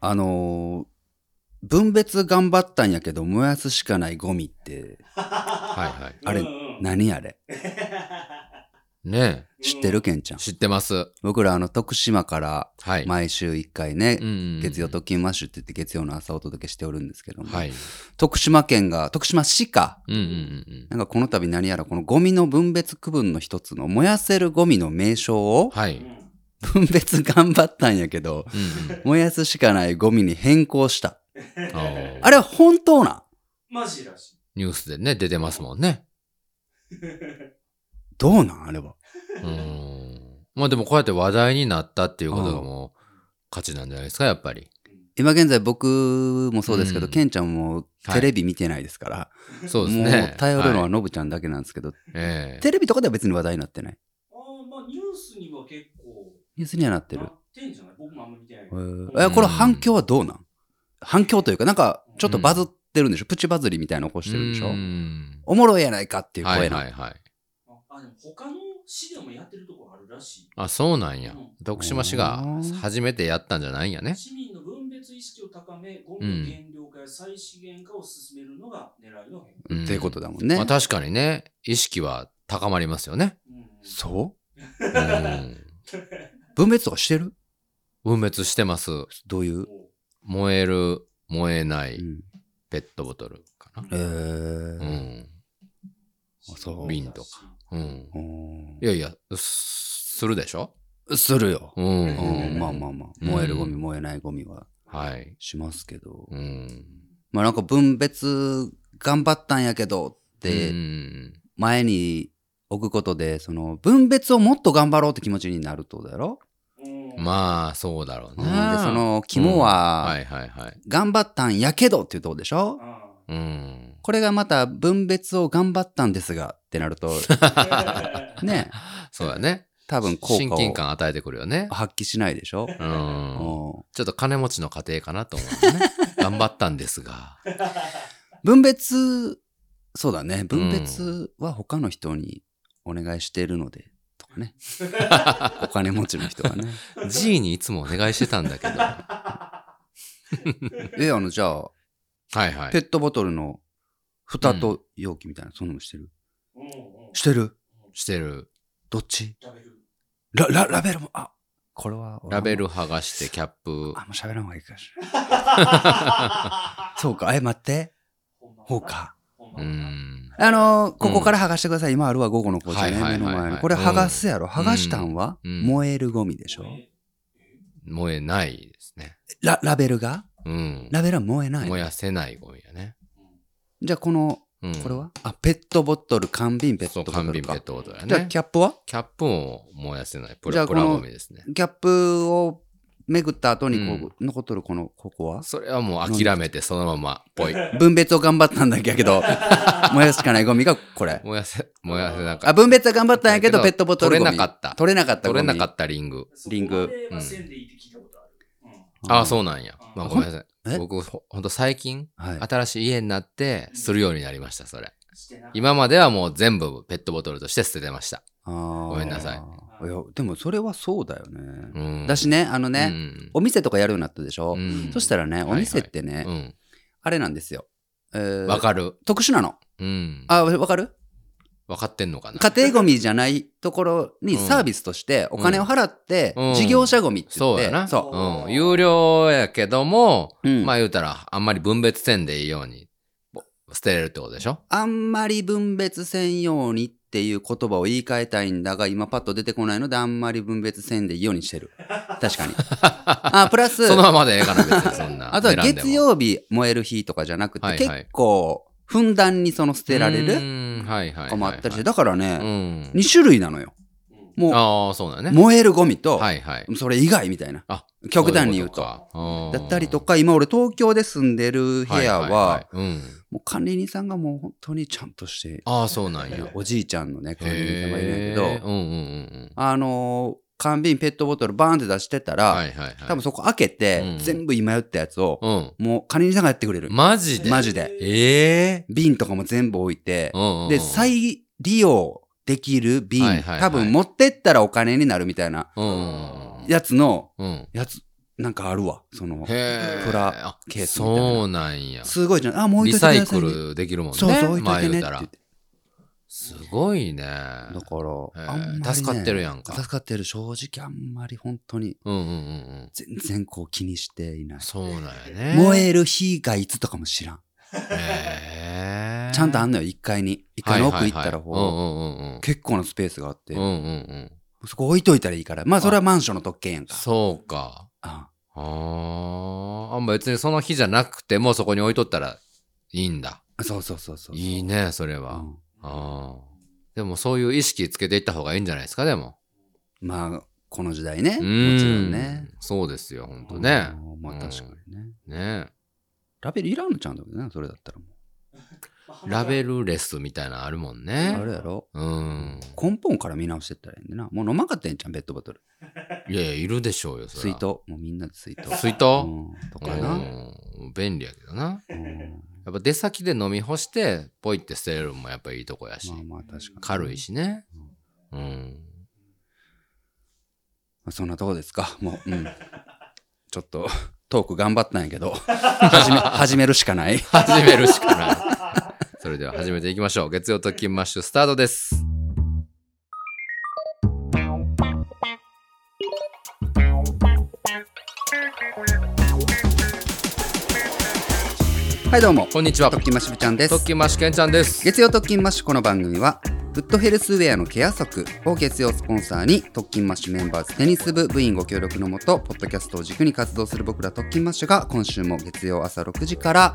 あのー分別頑張ったんやけど燃やすしかないゴミってはいはい。あれうんうん何あれね知ってるけんちゃえん知ってます。僕らあの徳島からはい。毎週1回ね、うんうんうん月曜特勤マッシュって言って月曜の朝お届けしておるんですけども、はい。徳島県が徳島市かうんうんうんなんかこの度何やらこのゴミの分別区分の一つの燃やせるゴミの名称うん。をはい。ううんん分別頑張ったんやけどうん。燃やすしかないゴミに変更した。あれれは本当なん マジらしい。 ニュースでね、出てますもんね。どうなんあれは。うん。まあでもこうやって話題になったっていうことがもう価値なんじゃないですか、やっぱり。今現在僕もそうですけど、うんケンちゃんもテレビ見てないですから、そうですもね。う頼るのははいノブちゃんだけなんですけど、ええテレビとかでは別に話題になってない。ああ、まあニュースには結構ニュースにはなってるな。ってんじゃない僕もあんま見てないけえど。ーえこれ反響はどうなん反響というか、なんかちょっとバズってるんでしょ、プチバズりみたいなの起こしてるんでしょ、うんおもろいやないかっていうは声いなの。はいはい。あ、でも他の市でもやってるところあるらしあ、そうなんやうん。徳島市が初めてやったんじゃないんやい。ね。市民の分別意識を高め、ゴミの減量化や再資源化を進めるのが狙いの変化。うんっていうことだもんね。まあ確かにね、意識は高まりますよね。うんうんそううん。 分別とかしてる分別してます。どういう、こ燃える、燃えなうい、ん、ペットボトルかな。えうーん。うあそう瓶とか。うん。うんいやいや、すするでしょするよ。ううんん。まあまあまあ、うん燃えるゴミ、燃えないゴミははい。しますけど、うん。まあなんか分別頑張ったんやけどってうん前に置くことで、その分別をもっと頑張ろうって気持ちになるってことだろ、うんまあ、そうだろううん、ね。で、その肝うんはは、いはいはい。頑張ったんやけどっていうとこでしょあうん。これがまた分別を頑張ったんですがってな ると、あね、そうだね。多分効親果近を感与えてくるよね。発揮しないでしょう。うんんちょっと金持ちの家庭かなと 思うね。頑張ったんですが。分別、そうだね。分別は他の人にお願いしているので、とか ね。お金持ちの人はね。 G にいつもお願いしてたん だけど。はえ、あの、じゃいはあ、い。ペットボトルの蓋と容器みたいな、そんなのしてるうんうんしてるしてる。どっち食べる ラ、ラ、ラベルも、あ、これは。ラベル。剥がしてキャップ。あんま喋らん方がいいかもしれない。 そうか、え、待って。ほう。か。ほんまう。だなほんまだなんあのーここから剥がしてください。今あるわ、午後の紅茶ね、はいは目のいはいはい前の。これ剥がすやろ。剥がしたんは、うん燃えるゴミでしょ。燃えないですね。ラ、ラベルがうん。ラベルは燃えない。燃やせないゴミやね。じゃあこの、うん。これは、あ、ペットボトル、缶瓶ペッそう、トボト缶ル瓶ペかッ。トボトルやじゃあね。キャップはキャップも燃やせない。プじゃあラこプのラゴミですね。キャップを巡った後にこう、残っとるこの、ここはそれはもう諦めてそのまま、ぽい。分別を頑張ったんだけ ど、燃やすしかないゴミがこれ。燃やせ、燃やせなかあ、っ分別は頑張ったんやけど、ペだけッどトボトルゴミ。取れなかった。取れなかったたゴ取ミ。れなかったリング。そこリングうまではんせんでいいって聞いたことあるうんたああ、そうなんや。まあごめんなさえい。僕、ほほんと最近、はい。新しい家になって、するようになりました、それ。してな今まではもう全部ペットボトルとして捨ててました。ごごめんなさいいや、でもそれはそうだようね。ん。だしね、あのうん、ね、お店とかやるようになったでしょう。ん。そしたらね、お店ってね、うん。あれなんですよ。えーわかる。特殊なの。うん。あ、わかるわかってんのかな家庭ゴミじゃないところにサービスとしてお金を払ってうん事業者ゴミって言っそうて、やな。そううん。有料やけども、う、うんまあ言うたら、あんまり分別せんでいいように、ぼ捨てれるってことでしょあんまり分別せんようにっていう言葉を言い換えたいんだが今パッと出てこないのであんまり分別せんでいいようにしてる 確かにあプラスそのままでええかな、別にそんな。 あとは選んでも月曜日燃える日とかじゃなくて、はいはい結構ふんだんにその捨てられうるーんはいはい。とかもあったりしてだだからうね、ん。 2種類なのようんもああ、そうだう、ね。燃えるゴミと、はいはい。それ以外みたいなあ極端に言うととだったりとか、今俺東京で住んでる部屋は、いいいうん。もう管理人さんがもう本当にちゃんとして、ああ、そうなんや。おじいちゃんのね、管理人さんがいるんやへえ。けうんど、うんうんあのー缶瓶ペットボトルバーンって出してたら、うん。はいはいはい。多分そこ開けて、うん全部今言ったやつを、うもう管理人さんがやってくれる。ん。マジでマジで。ええ瓶とかも全部置いてう、んうんうん。で、再利用できる瓶、はいはいはい多分持ってったらお金になるみたいなうんうんやつの、うん。うん。やつ、なんかあるわ。その、へえ。プラケースみたいなそうなんや。すごいじゃん。あ、もう置いリといてサくださイクいね、ルできるもんね。そうそう、置いとまあいてね言っうてた言っらて。。すごいね。だから、へえあんまりね助かってるやんか助かってる。正直あんまり本当に、うんうんうんうん。全然こう気にしていない。そうなんやね。燃える日がいつとかも知らん。へえ。ちゃんとあんんのよ、1階に。1階の奥行ったら、はいはいはいこうんうんうんうんう、。結構なスペースがあってうん、うんうん。そこ置いといたらいいから。まあ、それはマンションの特権やんか。そうか。ああーあ、別にその日じゃなくてもそこに置いとったらいいんだ。そうそうそうそう。いいね、それうは。んああ。でもそういう意識つけていった方がいいんじゃないですか、でも。まあ、この時代ね。うもちろーんん。ね。そうですよ、ほんとねう。んまあ、確かにね。ねラベルいらんのちゃうんだけどね、それだったらもう。ラベル。ルレスみたいなのあるもんえねあ。れやろうん。根本から見直してったらいいんでな。もう飲まんかったんちゃん、ペットボトル。いやいや、いるでしょうよ、そ水ら筒。。もうみんなで水筒。水筒うんとかな。うん便利やけどな。うんやっぱ出先で飲み干して、ポイって捨てるのもやっぱいいとこやしま。あまあ、確かに。軽いしね。うん。まあそんなとこですか。もう、うん。ちょっと、トーク頑張ったんやけど、始め、始めるしかない。始めるし かない。 それでは始めていきましょう。月曜特勤マッシュスタートです。はい、どうも。こんにちは。特勤特マッシュ部ちゃんです。勤マッシュけんちゃんです。月曜特勤マッシュこの番組は、フットヘルスウェアのケア足を月曜スポンサーに、特勤マッシュメンバーズテニス部部員ご協力のもと、ポッドキャストを軸に活動する僕ら特勤マッシュが、今週も月曜朝6時から、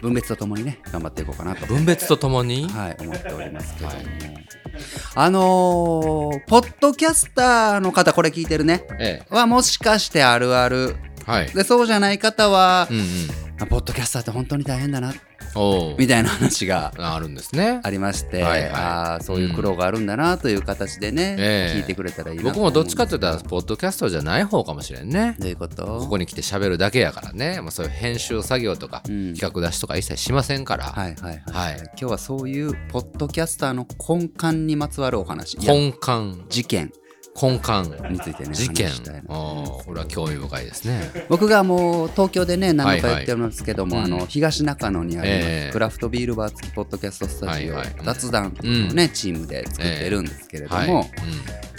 分別とともにね、頑張っていこうかなと。分別とともに、はい、思っておりますけども。はいあのーポッドキャスターの方、これ聞いてるね。えはもしかしてあるある。え、はい。で、そうじゃない方はう、んうん。あポッドキャスターって本当に大変だな、おうみたいな話がああるんですね。ありまして、はいはいあーそういう苦労があるんだなという形でね、ええ聞いてくれたらいいなと僕思もうんですどっちかって言ったら、ポッドキャストじゃない方かもしれんね。どういうことここに来て喋るだけやからね。まあ、そういう編集作業とか、うん企画出しとか一切しませんから。はいはいはい、はい今日はそういうポッドキャスターの根幹にまつわるお話いや根幹、事件根幹、についてね事件話したい。なおうこれは興味深いですね。僕がもう東京でね何度かはいやはいってますけども、うんあの東中野にあるええクラフトビールバー付きポッドキャストスタジオ、はいはい雑談のね、チームで作ってるんですけれども、はい。うん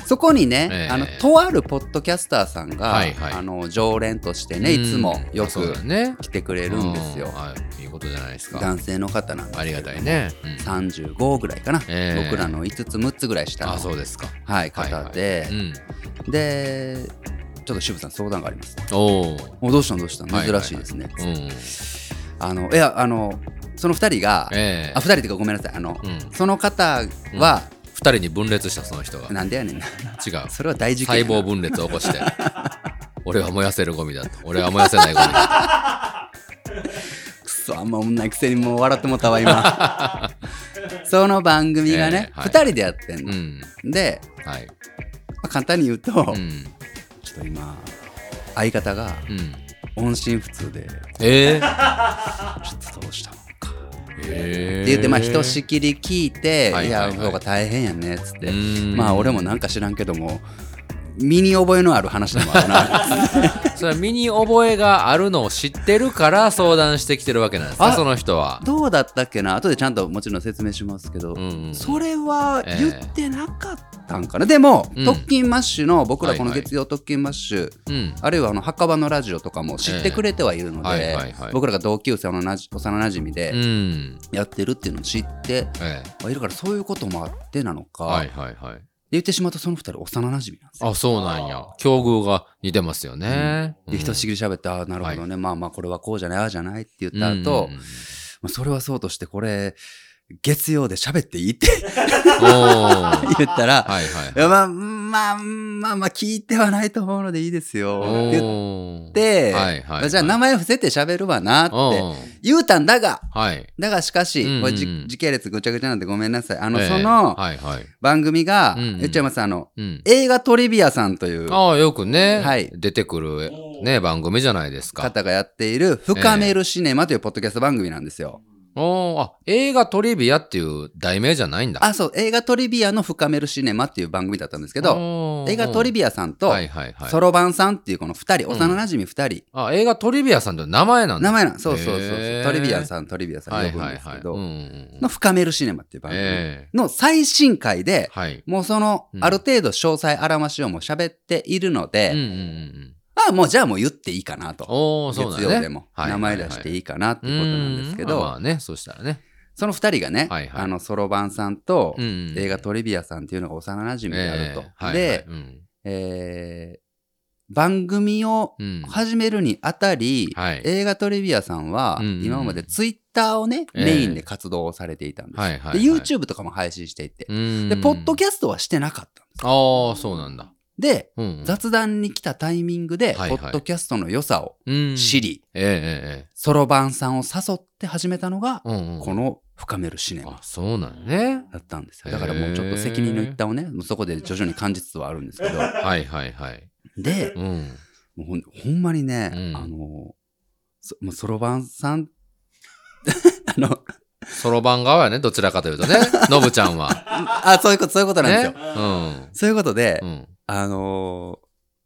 そこにね、ええあのとあるポッドキャスターさんが、はいはいあの常連としてねいつもうんよそうくだね。来てくれるんですよう、はい、いいことじゃないですか。男性の方なんですありがたいね。うん35ぐらいかな、ええ僕らの5つ6つぐらい下のあ、そうですか。はい、方で、はいはいうん、でちょっと渋さん相談がありますおお。もうどうしたのどうしたのはいはいは珍しいいですね、うん。あのいやあのその2人が、ええあ2人っていうかごめんなさいあの、うん。その方は、二人に分裂したその人が。違う。なんでやねんな 細それは大事件やな胞分裂を起こして。 俺は燃やせるゴミだと。俺は燃やせないゴミだ。くそあんまおもんないくせにもう笑ってもったわ今 その番組がね、ええはい2人でやってんうの、ん。で、はい。まあ簡単に言うと、うん。ちょっと今相方がうん。音信不通でええちょっとどうしたのかええって言ってまあひとしきり聞いて「はいいはやいはいそうか大変やね」っつってうんまあ俺もなんか知らんけども身に覚えのある話でもあるなそれは身に覚えがあるのを知ってるから相談してきてるわけなんですあかその人は。どうだったっけな後でちゃんともちろん説明しますけど、うんうん。それはえ言えってなかったんかな、でも、うん特勤マッシュの僕らこのはいはい月曜特勤マッシュ、うん。あるいはあの墓場のラジオとかも知ってくれてはいるので、ええはいはいはい僕らが同級生のなじ幼なじみうでん。やってるっていうのを知ってええ。はいるからそういうこともあってなのか、はいではいはい。言ってしまうとその二人幼なじみなんですよ。あ、そうなんや。境遇が似てますよね。でひとしきり喋って「ああなるほどね、まあまあこれはこうじゃないああじゃない」って言った後、うんまあそれはそうとしてこれ月曜で喋っていいってお ー言ったら、はいはいいやまあまあまあまあ聞いてはないと思うのでいいですよって言っおーて、はいはいはいじゃあ名前伏せて喋るわなおってー言うたんだがはい。だがしかし、うんうんこれじ時系列ぐちゃぐちゃなんでごめんなさいあの、ええそのはいはい。番組が、うんうん言っちゃいますあのうん。映画トリビアさんというああ、よくね、はい出てくるね、番組じゃないですか。方がやっている「深めるシネマ」というポッドキャスト番組なんですよ。おーあ、映画トリビアっていう題名じゃないんだ。あ、そう、映画トリビアの深めるシネマっていう番組だったんですけど、ど映画トリビビアさんとはい、はいはい。そろばんさんっていうこの二人、うん幼馴染み二人、あ、映画トリビアさんって名前なんだ。名前なん、そうそうそうそうへートリビアさん、トリビアさんはい呼ぶんはいですはい。けうんうんど、うんの深めるシネマっていう番組えの最新回えで、はい。もうそのう、んある程度詳細あらましをもう喋っているのうんうんで、うんうん。あ、もうじゃあもう言っていいかなと。おお、月そうだね。曜でもはい名前出していいかなってことなんですけうーどまあ、ね、そうしたらね。その二人がね、はいはいあの、そろばんさんと、うん映画トリビアさんっていうのが幼馴染みであると。ええはいはいで、うんえー番組をうん始めるにあたり、はい映画トリビアさんは、うんうん今までツイッターをね、ええメインで活動をされていたんです。はいはいはいで、YouTube とかも配信していて。で、でポッドャキャストはしてなかったんです。ああ、そうなんだ。で、うんうん、雑談に来たタイミングで、はいポはいッドキャストの良さをうん知。り、えええそろばんさんを誘って始めたのがえ、ええ。うんうん、この深めるシネマあ、そうなんね。だったんですよ。へーだからもうちょっと責任の一端をね、もうそこで徐々に感じつつはあるんですけ ど。はいはいはい。で、うん。もうほんほんまにね、うんあの、そもうそろばんさん、 あの、そろばん側やね、どちらかというとね。 のぶちゃんは。あ、そういうこと、そういうことなんですよ。ね。うん。そういうことで、うん。あのー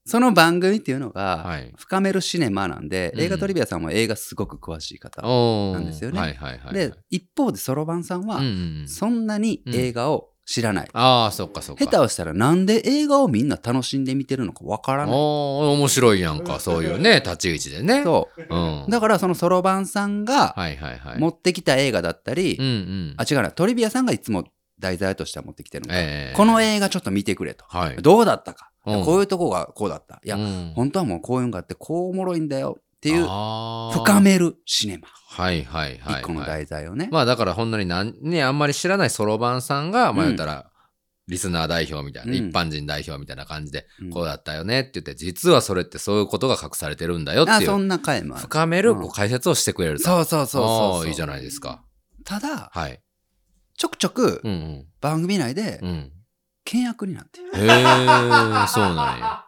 その番組っていうのが、はい深めるシネマなんで、うん映画トリビアさんも映画すごく詳しい方。おーなんですよねはいはいはい。で、一方でそろばんさんは、うんうんうん、そんなに映画を知らない。ああ、そっかそっか。下手をしたらなんで映画をみんな楽しんで見てるのかわからない。おー面白いやんか、そういうね、立ち位置でね。。そうん。う。だからそのそろばんさんがはいはいはい。持ってきた映画だったり、うんうん。あ、違うな、トリビアさんがいつも題材としては持ってきてるのか、ええこの映画ちょっと見てくれと。はい。どうだったか。うんこういうとこがこうだった。いや、うん本当はもうこういうのがあってこうおもろいんだよっていうあー深めるシネマはいはいはい、はい。一個の題材をね、まあだからほんのになん、ね、あんまり知らないそろばんさんが、まあ言ったら、リスナー代表みたいな、うん一般人代表みたいな感じで、うんこうだったよねって言って、実はそれってそういうことが隠されてるんだよっあていそうんな回もある深めるうんこう解説をしてくれると。そうそうそうそうあそうーいいじゃないですか。ただはい。ちょくちょくうんうん。番組内でうん。倹約になってる へえ、そうなんや。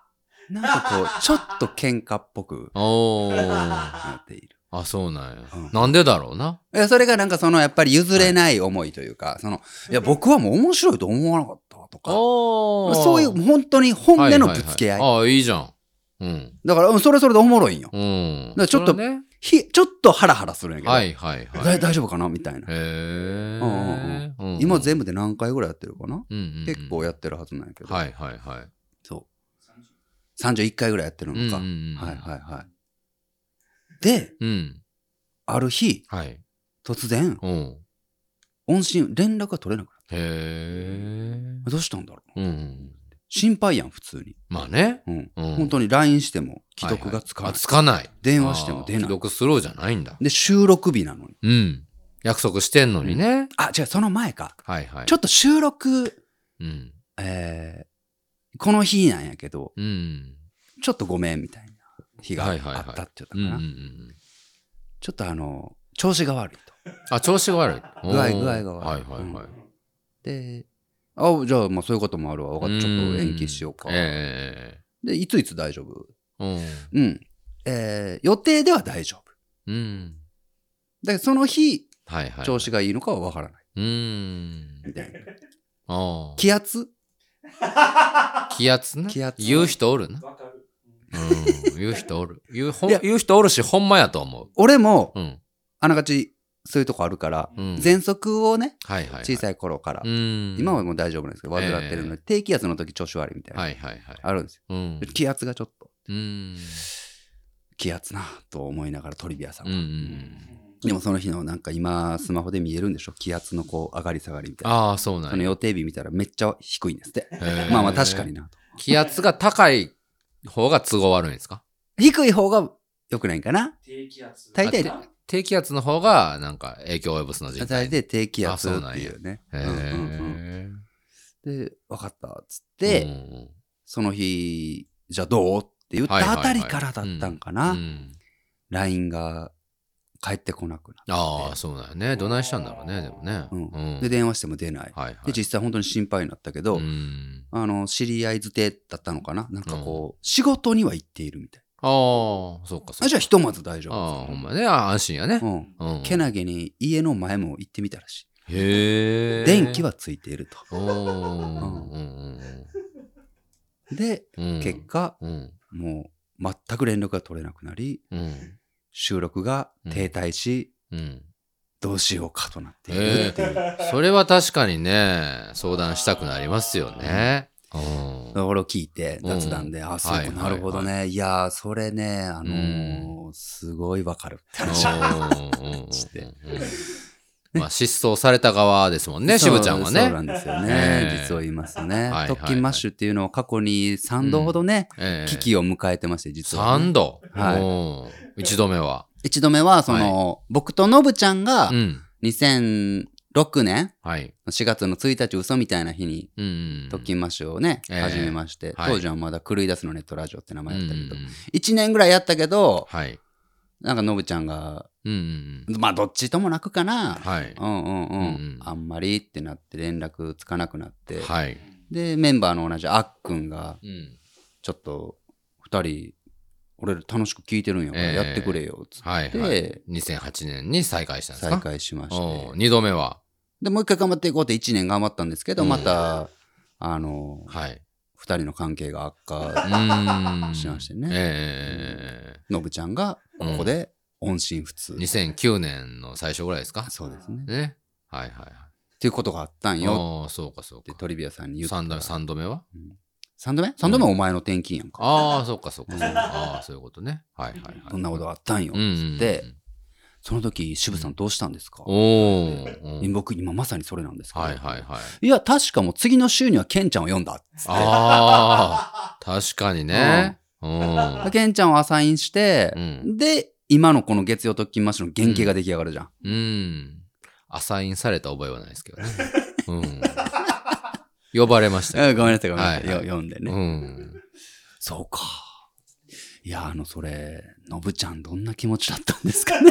なんかこうちょっと喧嘩っぽくおー。なっているあ、そうなんや。うんなんでだろうな。いやそれがなんかそのやっぱり譲れない思いというか、そのいや僕はもう面白いと思わなかったとかおそういう本当に本音のぶつけ合い,、ああ、いいじゃん。うん。だからうんそれそれでおもろいんようん。らちょっとそれはね。ひちょっとハラハラするんやけど、はいはいはい。だ大丈夫かなみたいなへえ。うんうんうん今全部で何回ぐらいやってるかな、うんうんうん結構やってるはずなんやけど、はいはいはい。そう31回ぐらいやってるのか、うんうんうんはいはいはいでうん。ある日はい。突然うん。へ音信連絡が取れなくなっえ。たどうしたんだろううんうん。心配やん普通に、まあね。うんうん本当に LINE しても既読がつかな、はいはあつかない。電話しても出あーな既い読スローじゃないんだ。で収録日なのにうん。約束してんのにね。あ違うその前か、はいはい。ちょっと収録うん。えーこの日なんやけどうん。ちょっとごめんみたいな日があはいはいはいったって言ったかうな、んうんうん。ちょっとあの調子が悪いとあ、調子が悪い。おー具合具合が悪いはいはいはい。で、あ、じゃあ、まあそういうこともあるわ。分かった。ちょっと延期しようかん。えで、いついつ大丈夫えええうん。えー予定では大丈夫。うん。うん。だけど、その日、はいはい。調子がいいのかは分からない。うん。みたいな。ああ。気圧気圧な。気圧言う人おるな。わかる。うん。言う人おる。言う、ほんいや言う人おるし、ほんまやと思う。俺も、うん。あながち、そういうとこあるから、うん。喘息をね、はいはいはい。小さい頃から、うん。今はもう大丈夫なんですけど、患ってるので、低気圧の時調子悪いみたいな、はいはいはい。あるんですよ。うんで。気圧がちょっと、うん。気圧なぁと思いながらトリビアさんうんうは。ん。でもその日のなんか今、スマホで見えるんでしょ気圧のこう、上がり下がりみたいな。ああ、そうなそんのや。予定日見たらめっちゃ低いんですって。へえまあまあ確かに。なと。気圧が高い方が都合悪いんですか低い方が良くないんかな低気圧。大体あ低気圧の方が、なんか、影響を及ぼすの人体大に。体低気あ圧そうっなてんいやうね。へうんうんえ。うんで、分かったっつっうて、んその日、じゃあどうって言っはいはたあいはいたりからだったんかうんうな。ん。 LINE が返ってこなくなああ、そうだよね。どないしたんだろうね、でもね。うんって。で、電話しても出ない。はいはい。で、実際本当に心配になったけうど、んあの、知り合いづてだったのかななんかこう、仕事には行っているみたい。ああ、そうか、あそうか。じゃあひとまず大丈ああ、夫ほんまね。あ安心やねう。ん。うん。けなげに家の前も行ってみたらしへい。え。電気はついていると。うん。うんうんで、うん。うん結。果、うん。もう全く連絡が取れなくなり、うん。収録が停滞し、うん。どうしようかとなっているえっていう。えそれは確かにね、相談したくなりますよね。うん。俺を聞いて雑談で、あ、そうはいか、はいなるほどね。いやー、それね、あのーすごいわかるって話をしてまあ、失踪された側ですもんね、そう渋ちゃんはそうなね。んですよえね。え実を言いますとねいはいはい。特勤マッシュっていうのは過去に3度ほどね、え危機を迎えてまして、実はね、 3度。はいうん。1度目は。一度目は、その、僕とノブちゃんがうん。 2006年はい。 4月の1日嘘みたいな日に、うんうん。特勤マッシュをね、ええ始めまして、はい当時はまだ狂い出すのネットラジオって名うん前うだっんうたけど、ん。 1年ぐらいやったけど、はい。なんかノブちゃんが、うんうんうん。まあどっちとも楽かな、はい。うんうんうん、うんうんあんまりってなって連絡つかなくなって、はい。でメンバーの同じあっくんがうん。ちょっと2人俺ら楽しく聞いてるんやからええやってくれよっつって、はいはい。2008年に再開したんですか再開しまして2度目は。でもう一回頑張っていこうって1年頑張ったんですけど、うんまたあのはい。 2人の関係が悪う化ーん。しましてねええのぶちゃんがここで音信不通、 2009年の最初ぐらいですかそうですねっね。はいはいはい。ていうことがあったんよああ、そうかそうってか。トリビアさんに言った3度目、三度目は3度目 ?3 度目はお前の転勤やんか、ああ、そうかそうかそうか。ああ、そういうことね。はいはいはい。そんなことがあったんよ、うんうんうん。でその時渋さんどうしたんですか、おお。うん僕今まさにそれなんですけど、はいはいはい。いや確かもう次の週にはケンちゃんを読んだっつってああ、確かにね。うん。ケンちゃんをアサインしてう、ん。で今のこの月曜特勤マッシュの原型が出来上がるじゃん、うん。アサインされた覚えはないですけどね。うん。呼ばれましたあよ。ごめんなさいごめんなさい、はいはいよ読んで ね、うん。そうかいやあのそれのぶちゃんどんな気持ちだったんですかね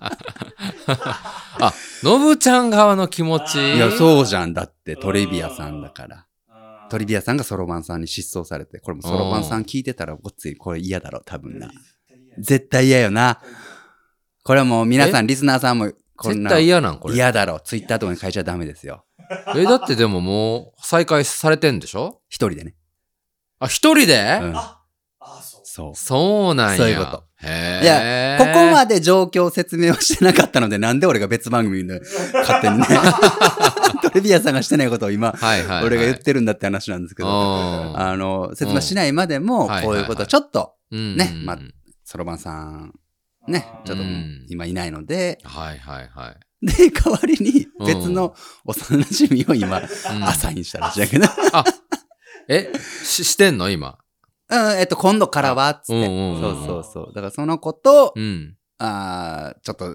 あ、ノブちゃん側の気持ち。いやそうじゃんだってうんトリビアさんだからトリビアさんがそろばんさんに失踪されてこれもそろばんさん聞いてたらごっついこれ嫌だろ多分な絶対嫌よなこれはもう皆さんリスナーさんもこん絶な対嫌なんこれ。嫌だろ。ツイッターとかに書いちゃダメですよ。え、だってでももう再開されてんでしょ一人でね。あ、一人で、うんあ、あ、そう。そう。そうなんや。そういうこと。へいえ。ここまで状況を説明をしてなかったので、なんで俺が別番組 で勝手にね、 トレビアさんがしてないことを今、はいはい、はい。俺が言っるてるんだって話なんですけけど、あの、説明しないまでうんも、こういうことはちょっと、うん。ねまそろばんさん、 ね、ちょっとうん今いないので、はいはいはい。で、代わりに別の幼馴染を今、うんアサインしたらしいだけど、え、ししてんの今。うん、えっと、今度からは、つっうて。んうんうんそうそうそう。だからそのことうん。あーちょっと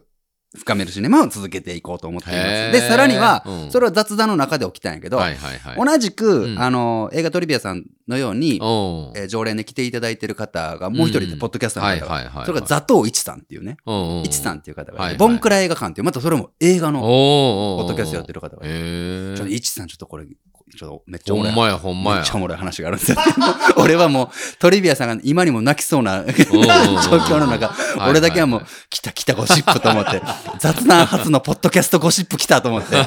深めるシネマを続けていこうと思っていまへーす。で、さらには、うんそれは雑談の中で起きたんやけど、はいはいはい。同じく、うんあの、映画トリビアさんのように、おえー常連で来ていただいてる方がもう一人うで、んポッドキャスターのはい方が、はいはい。それがザトウイチさんっていうね、うんうん、イチさんっていう方がいて、はいはいボンクラ映画館っていう、またそれも映画おーのおポッドキャストやってるる。方がいて、へちょっとえ。イチさんちょっとこれ、ちょっとめっちゃおほもろいんまやほんまめやっち。ゃおもろい話があるんですよ。 俺はもう、トリビアさんが今にも泣きそうな 状況の中、い俺だけはも う、来た来たゴシップと思って、雑談初のポッドキャストゴシップ来たと 思って、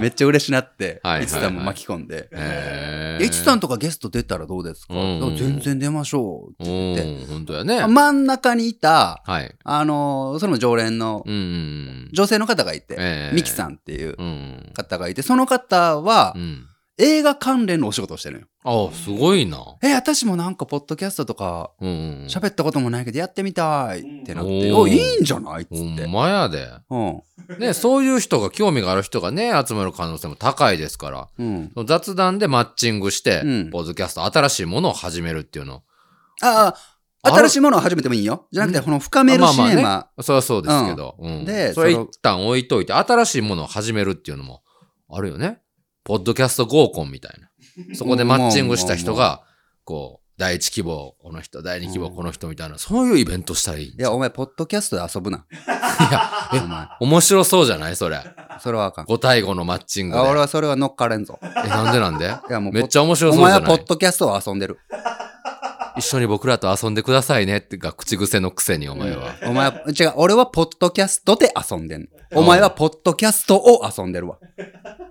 めっちゃ嬉しなってはいはいは、いいつさんも巻き込んで、へえ。いちさんとかゲスト出たらどうですかうんうん全然出ましょう。うん、本当やね。真ん中にいた、はい。あのー、その常連のうんうん女性の方がいて、ええ。ミキさんっていううん。方がいて、その方はう、ん。映画関連のお仕事をしてるのよ。あ、すごいな。え、私もなんかポッドキャストとか、うんうん。喋ったこともないけどやってみたいってなって、うんおいいんじゃないっつほっんて。まやで。うん。ね、そういう人が、興味がある人がね、集まる可能性も高いですから。うん。雑談でマッチングして、うんポッドキャスト、新しいものを始めるっていうの。ああ、ある新しいものを始めてもいいよ。じゃなくて、この深めるまあシまあねネマ。そりゃそうですけど。うんでそれその一旦置いといて、新しいものを始めるっていうのもあるよね。ポッドキャスト合コンみたいな。 そこでマッチングした人が、こう、第一希望、この人、第二希望、うんこの人みたいな、そういうイベントしたらいい。いや、お前、ポッドキャストで遊ぶ な。えお前、面白そうじゃないそれ。それはあかん。 5対5のマッチングで。あ俺はそれは乗っかれんぞ。え、なんでなんでいや、もうポめッ、っちゃ面白おそうじ前ゃはなポいッドキャストを遊んでる。一緒に僕らと遊んでくださいねってが口癖のくせにお前は。お前は、違う、俺はポッドキャストで遊んでんの。お前はポッドキャストを遊んでるわ。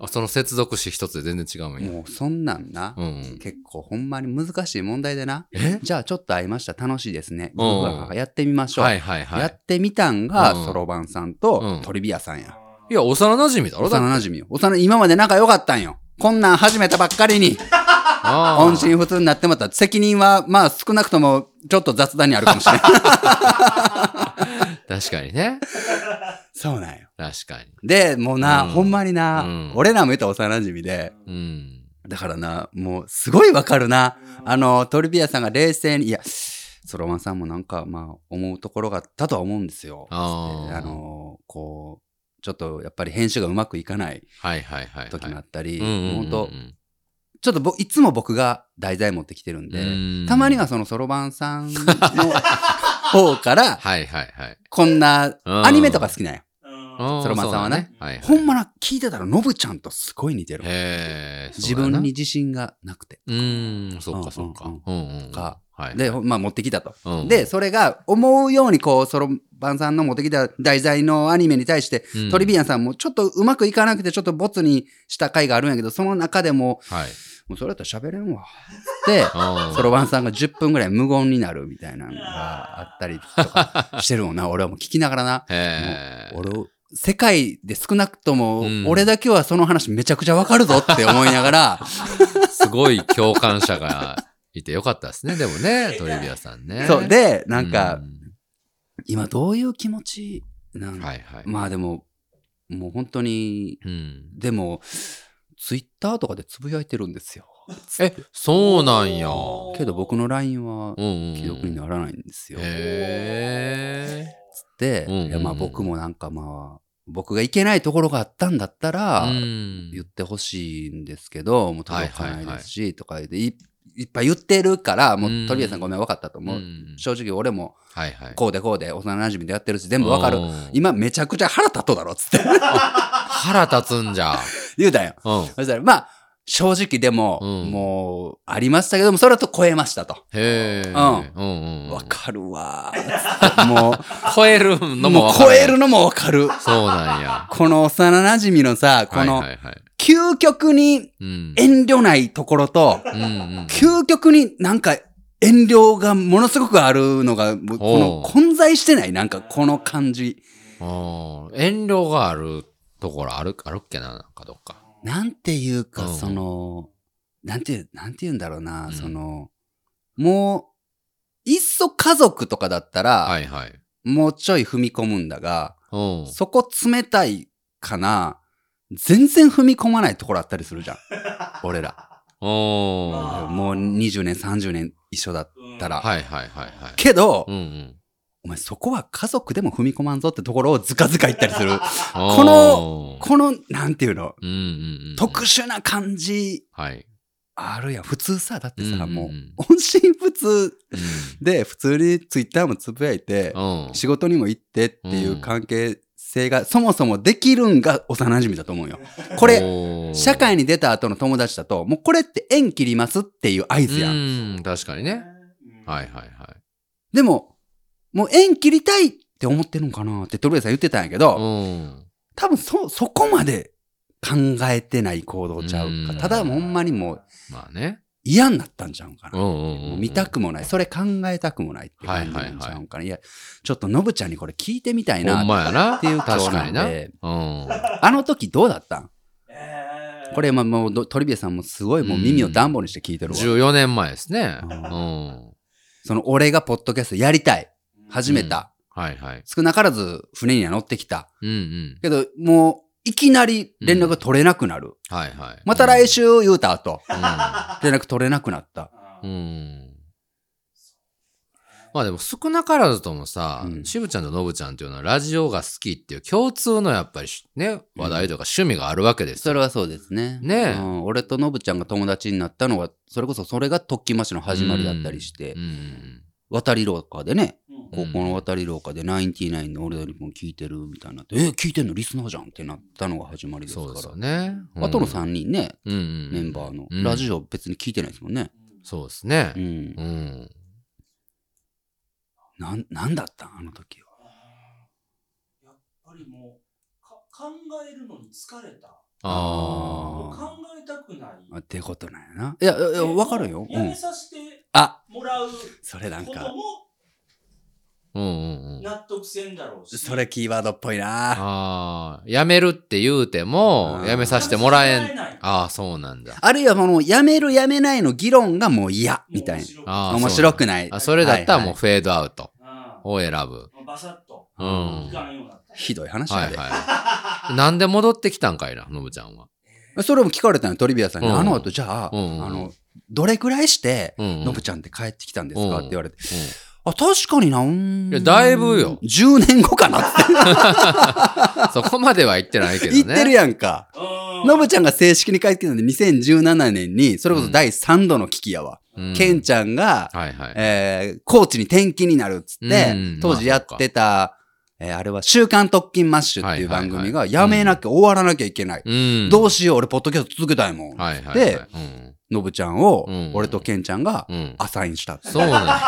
あその接続詞一つで全然違うんや。もうそんなんな。うん。結構ほんまに難しい問題でな。えじゃあちょっと会いました。楽しいですね。うん僕らがやってみましょう。はいはいはやい。ってみたんが、うんそろばんさんうとんトリビアさんや。いや、幼馴染だろだって幼馴染よ。幼馴染今まで仲良かったんよ。こんなん始めたばっかりに、あー音信不通になってまた責任は、まあ少なくともちょっと雑談にあるかも しれない。確かにね。そうなんよ。確かに。で、もうな、うんほんまにな、うん俺らも言ったら幼馴染で、うん。だからな、もうすごいわかるな。あの、トリビアさんが冷静に、いや、ソロマンさんもなんか、まあ、思うところがあったとは思うんですよ。あであ。あ、の、こう、ちょっとやっぱり編集がうまくいかないはいはいはい、はい。時もあったり、うんうんうんうん本当ちょっとぼいつも僕が題材持ってきてるんで、うんたまにはそのそろばんさんの方 から、はいはいはい。こんな、うんアニメとか好きなんよ。うんあーそらまさんはねそうだはいはい。ほんまな、聞いてたらノブちゃんとすごい似てる。へえ。自そう分だにな。自信がなくて。うーん、そっかそっか。ううんんうん。かはい。で、ほまあ持ってきたと。うんで、それが思うようにこう、そろばんさんの持ってきた題材のアニメに対して、うんトリビアンさんもちょっとうまくいかなくてちょっとボツにした回があるんやけど、その中でも、はい。もうそれやったら喋れん わ。で、あそろばんさんが10分ぐらい無言になるみたいなのがあったりとかしてるもんな。俺はもう聞きながらな。ーへえ。俺、世界で少なくともうん、俺だけはその話めちゃくちゃわかるぞって思いながら、すごい共感者がいてよかったですね。でもね、トリビアさん ね。そう、で、なんうか、今どういう気持ちなんはいはい。まあでも、もう本当に、うん。でも、ツイッターとかでつぶやいてるんですよ。え、そうなんや。おーけど僕の LINE はうんうんうん。既読にならないんですよ。へえ。で、うんうんうんいやまあ僕もなんかまあ、僕がいけないところがあったんだったら、うん言ってほしいんですけど、もう届かはないいはいではいすし、とかでいいっぱい言ってるから、もうう、んとりあえずごめん、分かったと思う。ん正直俺も、はいはい。こうでこうで、幼馴染でやってるし、全部分かるう。ん今めちゃくちゃ腹立っとうだろ、っつって 腹立つんじゃ。言うたんよ。うん。そしたら、まあ、正直でも、うんもう、ありましたけども、それと超えましたと。へえ。ううんうんうん。わ、かるわー。 も超えるう、のももうわか超らんえるのもわかる。そうなんや。この幼馴染のさ、このはいはいはい。究極にうん。遠慮ないところと、うんうん。究極になんか遠慮がものすごくあるのが、もうこのおう混在してないなんかこの感じ。あー遠慮があるところある、あるっけな、なんかどっか。なんていうか、うんその、なんていう、なんて言うんだろうな、うんその、もう、いっそ家族とかだったら、はいはい。もうちょい踏み込むんだが、うん。そこ冷たいかな、全然踏み込まないところあったりするじ ゃん。俺ら。おーまあもう20年、30年一緒だっうんたら。はいはいはいはい。けど、うんうん。お前そこは家族でも踏み込まんぞってところをずかずか言ったりする。この、この、なんていうの、うんうんうん。特殊な感じはい。あるやん。普通さ、だってうんさ、うんうんもう、音信不通うんで、普通にツイッターもつぶやいて、うん。仕事にも行ってっていう関係性が、そもそもできるんが幼馴染だと 思うよ。これ、れ社会に出た後の友達だと、もうこれって縁切りますっていう合図やん。うん、確かにね。。うんはいはいはい。でも、もう縁切りたいって思ってるのかなってトルエさん言ってたんやけど、うん。多分そ、そこまで考えてない行動ちゃうか。うんただ、ほんまにもうまあね。嫌になったんちゃうんかうな。んうんうんもう。うん見たくもない。それ考えたくもないって感じなんちゃうんかな。いや、ちょっとノブちゃんにこれ聞いてみたいほんなっまやな。ていう今確日かなにんな。で、うん。あの時どうだったんえーこれ、まあもうど、トリビアさんもすごいもう耳を暖房にして聞いてるわ。 14年前ですね。ううんん。その、俺がポッドキャストやりたい。始めた。はいはい。少なからず船には乗ってきた。うんうん。けど、もう、いきなり連絡が取れなくなる。はいはい。また来週言うた後、う連絡取れなくなった。ん。うん。まあでも少なからずともさ、うんしぶちゃんとのぶちゃんっていうのはラジオが好きっていう共通のやっぱりしね、話題とか趣味があるわけですそよ。れはそうですね。ねえうん俺とノブちゃんが友達になったのは、それこそそれが特訓マッシュの始まりだったりして、うんうん渡り廊下でね、うんう高ん校の渡り廊下でナインティナインの俺よりも聞いてるみたいになって、え、聞いてんのリスナーじゃんってなったのが始まりうでんすかそら。うですよね。あとの3人ね、メメンバーの、ラジオ。オ別に聞いてないですもんね。そうですねう。んうん。なん、なんだったんあの時は。あーやっぱりもうか考えるのに疲れたもうああーあ。考えたくないあってことなんやな。いや、いや、わかるよ。うやめん。させてあ、もらうこそれなんとか、もうんうんうん。納得せんだろうし。それキーワードっぽいな。ああ。辞めるって言うてもう、ん辞めさせてもらえやめさせん。てもらえないああ、そうなんだ。あるいは、この、やめるやめないの議論がもう嫌、みたいもう後ろあな。ー面白くない。あ、それだったらもうはいはいフェードアウトあを選ぶ。あバサッと。うん。いかんようになった。ひどい話はやいで。はい。なんで戻ってきたんかいな、のぶちゃんは。それも聞かれたのよトリビアさんに。うんあの後、じゃあ、あうんの、どれくらいして、うんうん。のぶちゃんって帰ってきたんですかうんって言われて。うんあ、確かにな、うん。いやだいぶよ10年後かなってそこまでは言ってないけ ど言ね。ってるやんか。うんのぶちゃんが正式に帰ってきたので2017年に、それこそ第3度の危機やわ。うんケンちゃんが、はいはい。えー、コーチに転勤になるっつってうん、当時やってた、えーあれは週刊特勤マッシュっていうはいはい番はい組が、やめなきゃ終わらなきゃいけない。うんどうしよう、俺ポッドキャスト続けたいもん。はいはいはい。でうんのぶちゃんをうん、俺とケンちゃんがうん。アサインしたっつって。そうなんや。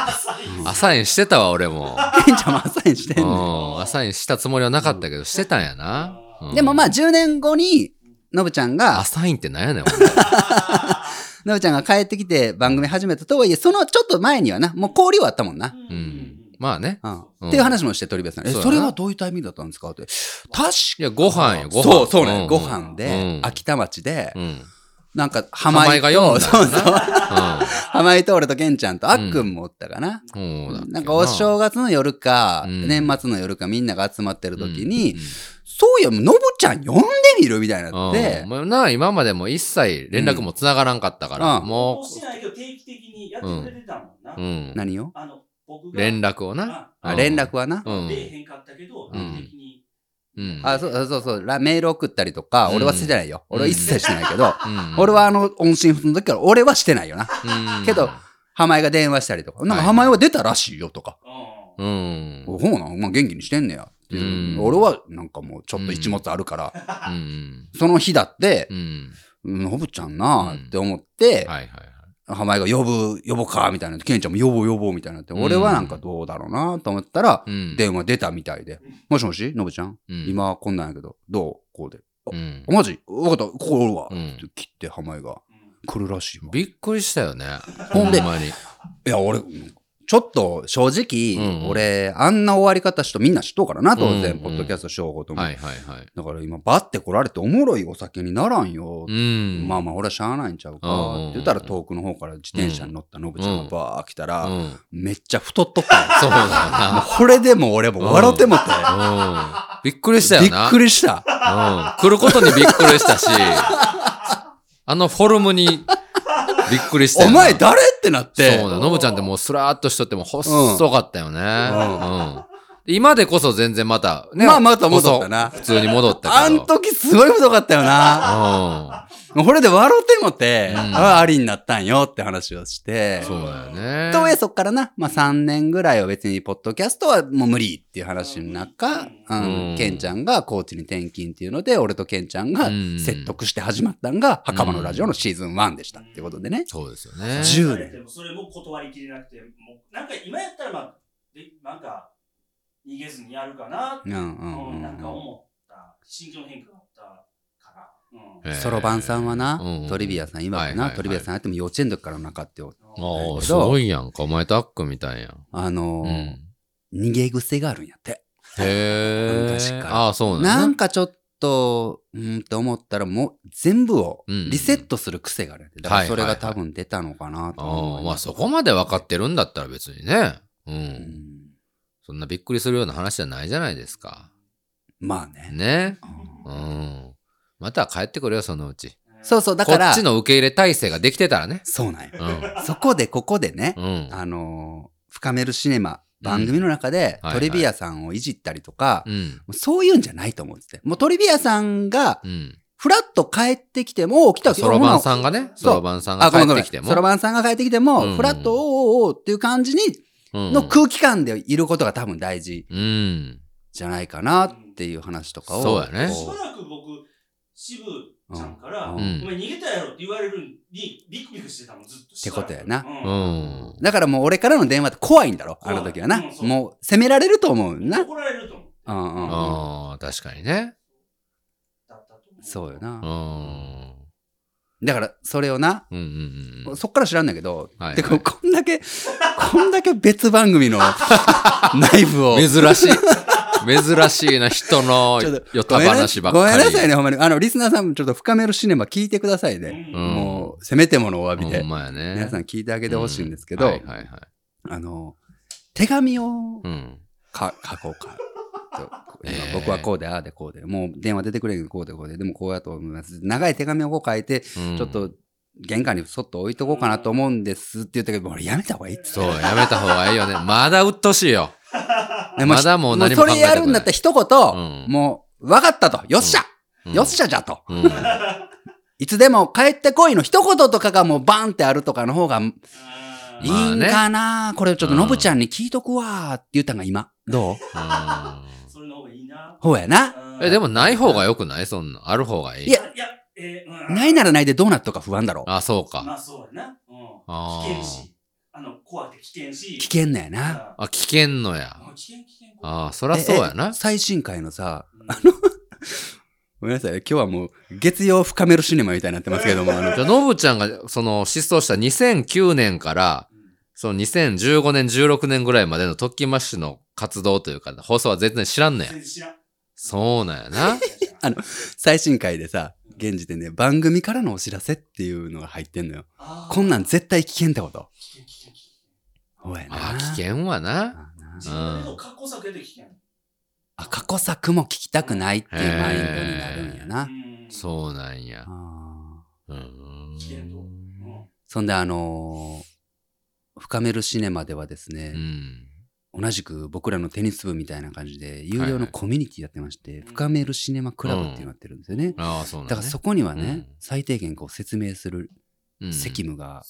アサインしてたわ、俺も。ケンちゃんもアサインしてんうねん。ん。アサインしたつもりはなかったけど、してたんやな。うんでもまあ、10年後に、のぶちゃんがア、サインってなんやねん、のぶちゃんが帰ってきて番組始めたとはいえ、そのちょっと前にはな、もう交流はあったもんな。俺うん。まあね。うん。うんっていう話もして、鳥部さん。え、そうやなそれはどういった意味だったんですかって。確いや、ご飯よ、ご飯。そう、そうね。んご飯うで、ん秋田町でう、ん。なんか、名浜前井が読んと、だ。そうそう。う浜井と俺とケンちゃんと、あっくんもおったかな。ん。そうだっけなんか、お正月の夜か、うん年末の夜か、みんなが集まってる時うにん、そういや、のぶちゃん呼んでみるみたいになっうんて、もうな、今までも一切連絡もつながらんかったから、うんももうしてないけど定期的にやってくれてたもんなう、う。ん。何をあの、僕が連絡をな。があうん連絡はな。うん。出えへんかったけど、うん定期的に。うんあ、そうそうそうそう、ラメール送ったりとか、俺はしてないよ。うん俺は一切してないけど、うん俺はあの、音信不通の時から俺はしてないよな。うんけど浜井が電話したりとか、なんかはい浜井は出たらしいよとか、うんうん。おほうなん、まあ、元気にしてんねやっていううん俺はなんかもうちょっと一物あるから、うん。その日だってう、ん。うんノブちゃんなーって思って、はいはいはい。浜井が呼ぶ、呼ぼうかみたいな、ケンちゃんも呼ぼう呼ぼうみたいになって、うん俺はなんかどうだろうなと思ったら、うん。電話出たみたいで、もしもし、ノブちゃん、うん、今こんなんやけど、どうこうで。うんあ、マジわかった、ここおるわ。うんって切って浜井がうん来るらしいわ。びっくりしたよね。ほんでほんまに。いや、俺、ちょっと正直、うんうん俺、あんな終わり方しとみんな知っとうからな、当然、うんうんポッドキャストしようことも。はいはいはい。だから今、バッて来られておもろいお酒にならんよう。ん。まあまあ、俺はしゃあないんちゃううんかうんうっん。て言ったら、遠くの方から自転車に乗ったノブちゃんがバー来たら、うん。めっちゃ太っとったのそうだよもうこれでも俺も笑ってもって。な。うん。びっくりしたびっよな。くりした。うん。来ることにびっくりしたし、あのフォルムにびっくりしたよおな前誰ってなって。そうだ、のぶちゃんってもうスラーっとしとっても細かったよね。うん。今でこそ全然また、ね。まあまた戻ったなこそ普通に戻ったけど。あん時すごい太かったよな。これで笑うてもて、うんあありになったんよって話をして。うん。そうだよね。とはいえそっからな、まあ3年ぐらいは別にポッドキャストはもう無理っていう話の中、う、うんんケンちゃんがコーチに転勤っていうので、俺とケンちゃんがうん説得して始まったんが、袴のラジオのシーズン1でしたっていうことでね。そうですよね。じゅ10年言われてもそれも断りきれなくて、もうなんか今やったらまあ、でなんか逃げずにやるかなうんうんうんなんかうん思った、心境の変化があったから。うんへーそろばんさんはなうんう、んトリビアさん、今はかいはいな、はいトリビアさんやっても幼稚園の時からなかったよ。あだあ、けすどごいやんか。お前とあっくんみたいやん。あのうん。ー、逃げ癖があるんやって。へえ昔。からああ、そうなんなだんかちょっと、うーんと思ったら、もう全部をうんリセットする癖があるんやて。だからそれが多分出たのかなとあ思あう。まあそこまで分かってるんだったら別にね。うう。んんそんなびっくりするような話じゃないじゃないですか。まあね。ね。うんうん。また帰ってくるよ、そのうち。そうそう、だこからっち、の受け入れ体制ができてたらね。そうなんよ。うそこでここでね、ん。あのー深めるシネマ、番組の中でうんトリビアさんをいじったりとか、うん。もうそういうんじゃないと思うんですって。もうトリビアさんが、うん。ふらっと帰ってきても、来たそろばんさんがね、そうそろばんさんが帰ってきても。そろばんさんが帰ってきてうも、んふらっと、おうおうおうっていう感じに、うんの空気感でいることが多分大事うん。じゃないかなっていう話とかを。そうやねしばこらく僕、渋ちゃんから、うんうおん。前逃げたやろって言われるにビクビクしてたもんずっとしてことやなう。うんだからもう俺からの電話って怖いんだろ、あの時はな怖いうん。そう、もう責められると思うんな。怒られると思ううんうんうん。ああ、確かにね。だったと思うそうような。ん。だからそれをな、うんうんうん。そっから知らんだけど、はいてかこんだけ、こんだけ別番組 の内部を。珍しい。珍しいな、人のちょっとよたごめんな話ばっかり。ごめんなさいね、ほんまに。あの、リスナーさんもちょっと深めるシネマ聞いてくださいね。 うんもう、せめてものお詫びほでん、まやね。皆さん聞いてあげてほしいんですけうどはい、はいはい。あの、手紙をうん。か書こうか。と ええ僕はこうで、ああでこうで、もう電話出てくれんこうでこうで、でもこうやと思います。長い手紙をこう書いて、ちちょっ、と玄関にそっと置いとこうかなと思うんですって言ったけど、俺やめた方がいいっつって。そう、やめた方がいいよね。まだ鬱陶しいよ。でまだもう何もそ考えれてこないやるんだったら一言、うんもう、わかったと。よっしゃ、うんよっしゃじゃと。うん。いつでも帰ってこいの一言とかがもうバンってあるとかの方がいあーいんかな、これちょっとのぶちゃんに聞いとくわーって言ったんが今。どううそれの方がいいな。ほうやな。んえ、ででももない方が良くないそんな。ある方がいい。いやいや、えー、うんないならないでどうなったか不安だろ。あ、そうまか。あそうやな。うん。あ危ー険し、あの、怖くて危険し。危険だよな。ああ、聞けんのや。危険、危険。ああ、そらそうやええな。最新回のさ、うんごめんなさい、今日はもう月曜深めるシネマみたいになってますけ ども、あのじゃあ、ノブちゃんが、その、失踪した2009年から、その2015年、16年ぐらいまでの特勤マッシュの活動というか、放送は全然知らんねん全。然知らん。そうなんや な。あの最新回でさ、現時点で番組からのお知らせっていうのが入ってんのよ。あーこんなん絶対危険ってこと。危険、危険、危険。ほやな。ああ、危険はな。あな自分の格好避けて危険。あ、過去作も聞きたくないっていうマインドになるんやな。うん。そうなんや。あーうーん。危険と。うん。そんで、あのー深めるシネマではですねう、ん。同じく僕らのテニス部みたいな感じで、有料はいはのいコミュニティやってまして、深めるシネマクラブっていうのやってるんですよね。ああ、そうなんだやからねそこにはね、うん最低限こう説明するうん責務が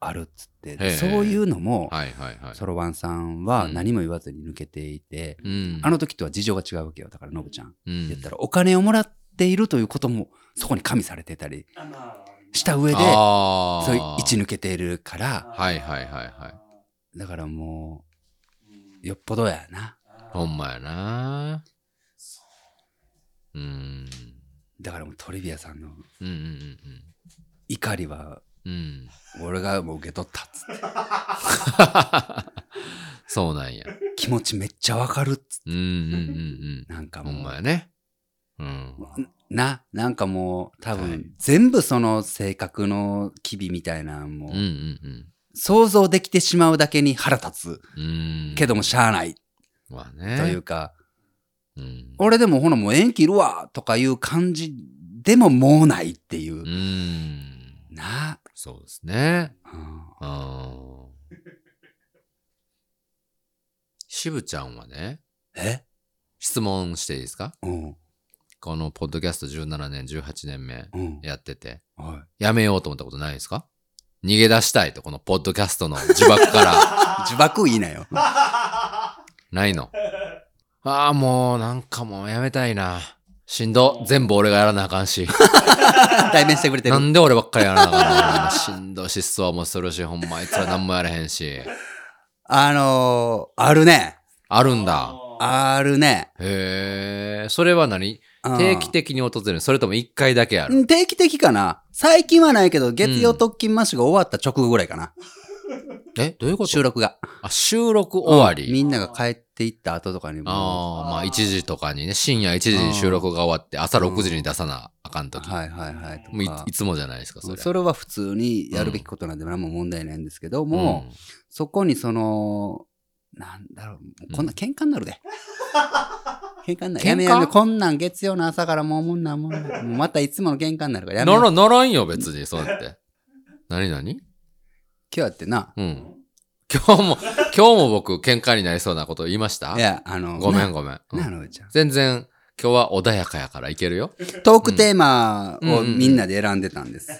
あるっつって、でへえそういうのも、はいはいはい。ソロワンさんは何も言わずに抜けていて、うん。あの時とは事情が違うわけよだからノブちゃん、うん、言ったらお金をもらっているということもそこに加味されてたりあまあした上でああ。そういう位置抜けているからはいはいはいはだからもい。うんうよっぽどやなあーほんまやな。そうーん。だからもうトリビアさんのうんうん怒りはうんうん。うん。俺がもう受け取ったっつってそうなんや。気持ちめっちゃわかるっつってうんうん うんなんかうん。ほもうんまやね。うん。な、なんかもう多分、はい全部その性格の機微みたいなのもうんうん想像できてしまうだけに腹立うん。うん。つけどもしゃあないまあとね。いうか、うん。俺でもほなもう縁切るわとかいう感じでももうないっていうう、ん。な、そうですね。うんうん。しぶちゃんはね、え質問していいですかうん、このポッドキャスト17年、18年目うん、やってて、はい。やめようと思ったことないですか逃げ出したいと、このポッドキャストの呪縛 から。自爆いいな よ。ないの。ああ、もう、なんかもうやめたいな。しんど。全部俺がやらなあかんし。代弁してくれてるな。んで俺ばっかりやらなあかんのしんどし失踪もするし、ほんまあいつら何もやれへんし。あのー、あるね。あるんだ。ああるね。へえ、それは何うん定期的に訪れるそれとも一回だけあうるん定期的かな。最近はないけど、月曜特勤マッシュが終わった直後ぐらいかな。えどういうこ収と録が。あ、収録終わうんり。みんなが帰っていった後とかにもああ、まあ1時とかにね、深夜1時に収録が終わって、朝6時に出さなあかんうとき。はいはいはいともういかいつもじゃないですか、それ。それは普通にやるべきことなんで何も問題ないんですけども、うんそこにそのなんだろうもうこんな喧嘩になるで、 喧嘩になる喧嘩やめやめこんなん月曜の朝からもうもんなんもんなんもうまたいつもの喧嘩になるからやめなようら、今ならんよ、別に、そうやって。 なになに日やってなうん。今日も、今日も僕、喧嘩になりそうなこと言いましたいやあのごめん、なごめん。うんなのうちゃん全然、今日は穏やかやからいけるよ。トークテーマをみんなで選んでたんです、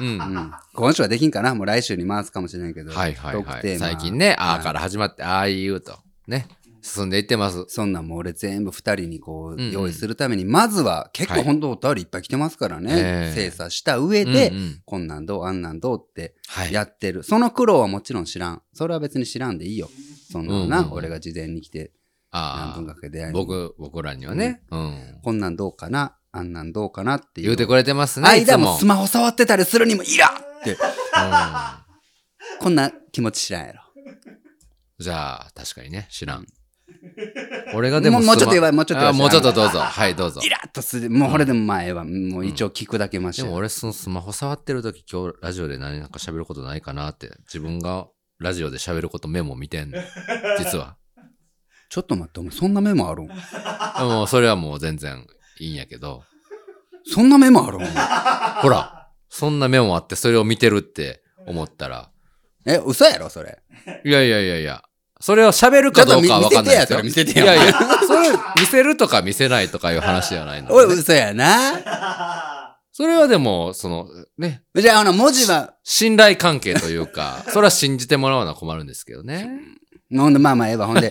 うん。うは ん、今週はできんかなもう来週に回すかもしれないけど、いはいトーはクテーい。マ最近ね、あはーいから始まって、ああいうと。ね。進んでいってます。そんなんもう俺全部二人にこんううん用意するために、まずは結は構い本当お便りいっぱい来てますからね、え精え査した上で、うんうんこんなんどうあんなんどうってはい。やってる、その苦労はもちろん知らんそれは別に知らんでいいよそんなのな、うんうんうん俺が事前に来て何あ分かけ出会あ、いに僕、僕らにはね、うん。こんなんどうかなあんなんどうかなっていう言うてくれてますね、いつ間もも。スマホ触ってたりするにもイラッってうんこんな気持ち知らんやろじゃあ、確かにね、知らん。俺がでももうスマ、もうちょっと言えばもうちょっと言えばあもうちょっとどうぞ。はい、どうぞイ。ラッとするもうこれでも前はもう一応聞くだけましでたよ、も俺、そのスマホ触ってる時、今日ラジオで何なんか喋ることないかなって、自分がラジオで喋ることメモ見てん の、実は。ちょっと待ってお前そんなメモあるんでも、それはもう全然いいんやけど。そんなメモあるんほら、そんなメモあって、それを見てるって思ったら、え嘘やろそれいやいやいやいや、それを喋るかどうかは分かんないですよ。ちょっと見せてやそれ見いせてややいや、それ見せるとか見せないとかいう話じゃないのおいでね。嘘やなそれはでも、その、ね、じゃああの文字は信頼関係というか、 それは信じてもらうのは困るんですけどね。ほんでまあまあええわほ んで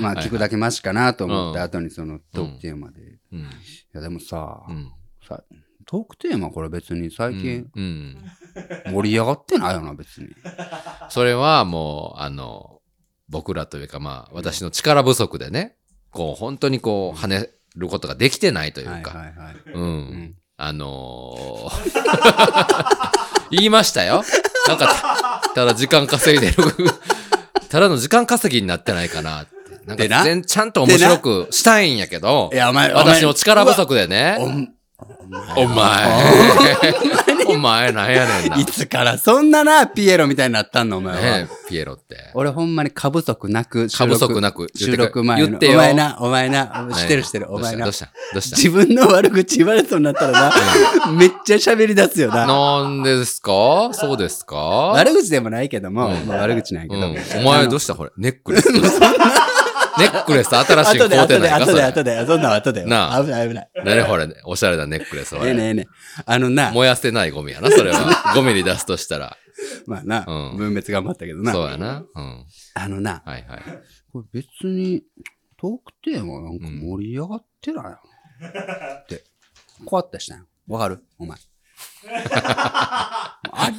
まあ聞くだけマシかなと思ってうん後にそのトークテーマで、いうん。やでもさ、うん。さトークテーマこれ別にう最近ん。うん盛り上がってないよな別にそれはもう、あの、僕らというか、まあ、私の力不足でね、こう、本当にこう、跳ねることができてないというか、はいはいはい、う。うんん、あのー、言いましたよ。なんかた、ただ時間稼いでる。ただの時間稼ぎになってないかなって。なんでかな全ちゃんと面白くしたいんやけどい、やお前お前私の力不足でね。おんお前。お前なんやねんな。いつからそんななピエロみたいになったんのお前は、ねえピエロって。俺ほんまに過不足なく収過録不足なく言ってく収録前の言ってよお前なお前なしてるしてる、ねお前などうしたどうしたどうし自分の悪口言われそうになったらな、めっちゃ喋り出すよな。たなんでですかそうですか悪口でもないけども、うんまあ悪口なんやうけんど。お前どうししたこれ。ネックレス。ネックレス新しい後ので買う後てなでいか後そでれ後で、そんなん後で。なあ危ない危ない。何これ、おしゃれなネックレスは。ええねええね。あのな、燃やせないゴミやな、それ は。ゴミに出すとしたら。まあな、うん分別頑張ったけどな。そうやな。うん。あのな、はいはい。これ別にトークテーマなんか盛り上がってないよな。って、こうやったしたんよわかるお前。あ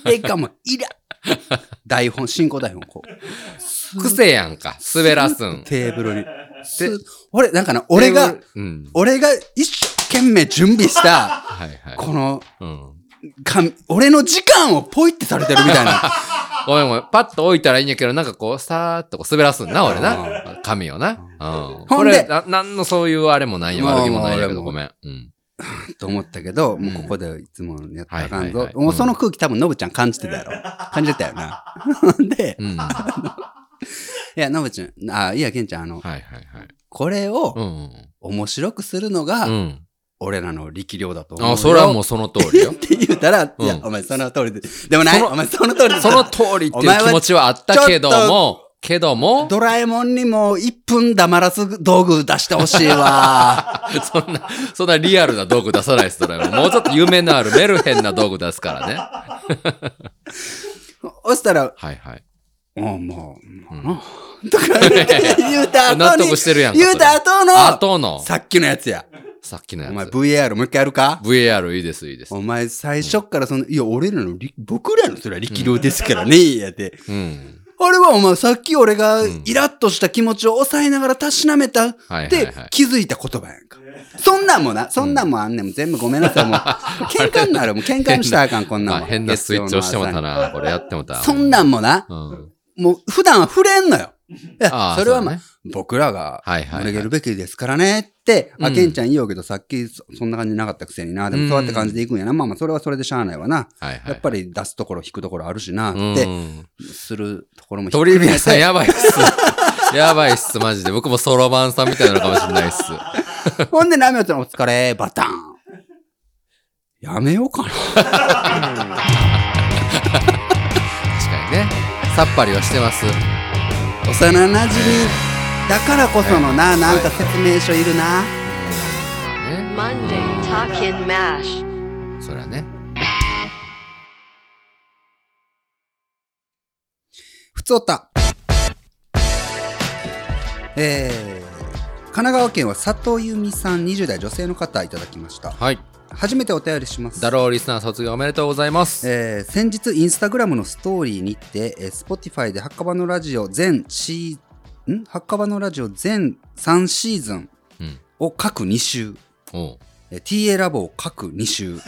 れがもうイラッ台本、進行台本、こう。癖やんか。滑らすん。テーブルに。す俺、なんかな、 俺テーがブ、ルうん。俺が一生懸命準備した、はいはい。この、うん。か俺の時間をポイってされてるみたいな。 ごめんごめん。パッと置いたらいいんやけど、なんかこう、さーっとこう滑らすんな、俺な。髪をな。うん。ほこんでれ、ななんのそういうあれもないよ。まあ悪気もないんやまけど、あごめん。うん。と思ったけど、もうここでいつものやったらあかんはいぞは。いはいもうその空気多分ノブちゃん感じてたやろ。 感じてたよな。 ほんで う、ん。はいいや、ノブちゃん、あ、いや、ケンちゃん、あの、はいはい。これうをん。面白くするのうが、ん。俺らの力量だと思うよ。あ、それはもうその通りよ っ。て言うたら、うんいや、お前その通りで。でもない、そのお前その通りで。その通りっていう気持ちはあったけどお前も、けども、ドラえもんにもう1分黙らす道具出してほしい わ。そんな、そんなリアルな道具出さないです、ドラえもん。もうちょっと夢のあるメルヘンな道具出すからね。はそしたら、いはい。もう、もう、うんもうとか言って言うた後に、納得してるやんか言うた後あの、との、さっきのやつや。さっきのお前やつ。 VAR もう一回やるか VAR いいです、いいです。お前最初っからその、いや、俺らの力、僕らのそれは力量ですからね、やって。うん。あれはお前さっき俺がうんイラッとした気持ちを抑えながらたしなめたっはいはいてはい気づいた言葉やんか。そんなんもな、そんなんもあんねん。全部ごめんな さい。もう、喧嘩になる。もう喧嘩にしたらあかん、こんなんあもん。変なスイッチ押してもた月曜のな。これやってもた。朝に。そんなんもな、うん。もう普段は触れんのよ。いやあ、ーそれはまあ、そう僕らがはいはいはい胸げるべきですからねって、うあ、んケンちゃん言おうけどさっきそそんな感じなかったくせにな、でもそうやって感じでいくんやな。まあまあ、それはそれでしゃあないわな。はいはい。やっぱり出すところ引くところあるしな、っうん、て、するところもトリビアさんや。やばいっす。 やばいっす、マジで。僕もソロバンさんみたいなのかもしれないっす。ほんで、ナミオちゃんお疲れ、バタン。やめようか な。確かにね。さっぱりはしてます。幼馴染だからこそのな、なんか説明書いるな。ね。 Monday Talkin' Mash. そりゃね。ふつおた。えー神奈川県は佐藤由美さん20代女性の方いただきましたはい。初めてお便りしますダローリスナー卒業おめでとうございます。えー先日インスタグラムのストーリーにて、えー、Spotify で墓場のラジオ全シーん墓場のラジオ全3シーズンうん。を各2週、おう。えー TA ラボを各2週う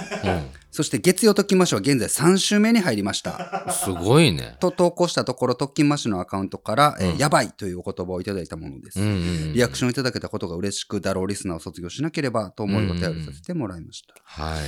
そして月曜ときましょうは現在3週目に入りましたん。すごいね。と投稿したところ特勤マッシュのアカウントから、えーうんやばいというお言葉をいただいたものです、うんうんうん。リアクションいただけたことが嬉しくだろうリスナーを卒業しなければと思いお便りさせてもらいました、はい。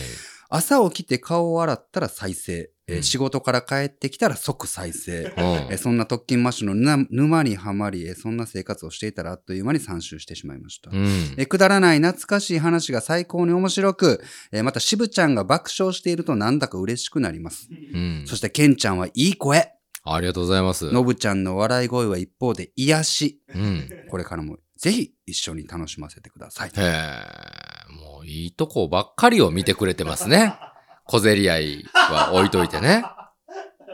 朝起きて顔を洗ったら再生、えーうん仕事から帰ってきたら即再生、うんえーそんな特勤マッシュのな沼にはまり、えーそんな生活をしていたらあっという間に3周してしまいました、うんえーくだらない懐かしい話が最高に面白く、えーまた渋ちゃんが爆笑しているとなんだか嬉しくなりますうんそしてケンちゃんはいい声ありがとうございます。のぶちゃんの笑い声は一方で癒しうん。これからもぜひ一緒に楽しませてくださいへえ、もういいとこばっかりを見てくれてますね。小競り合いは置いといてね。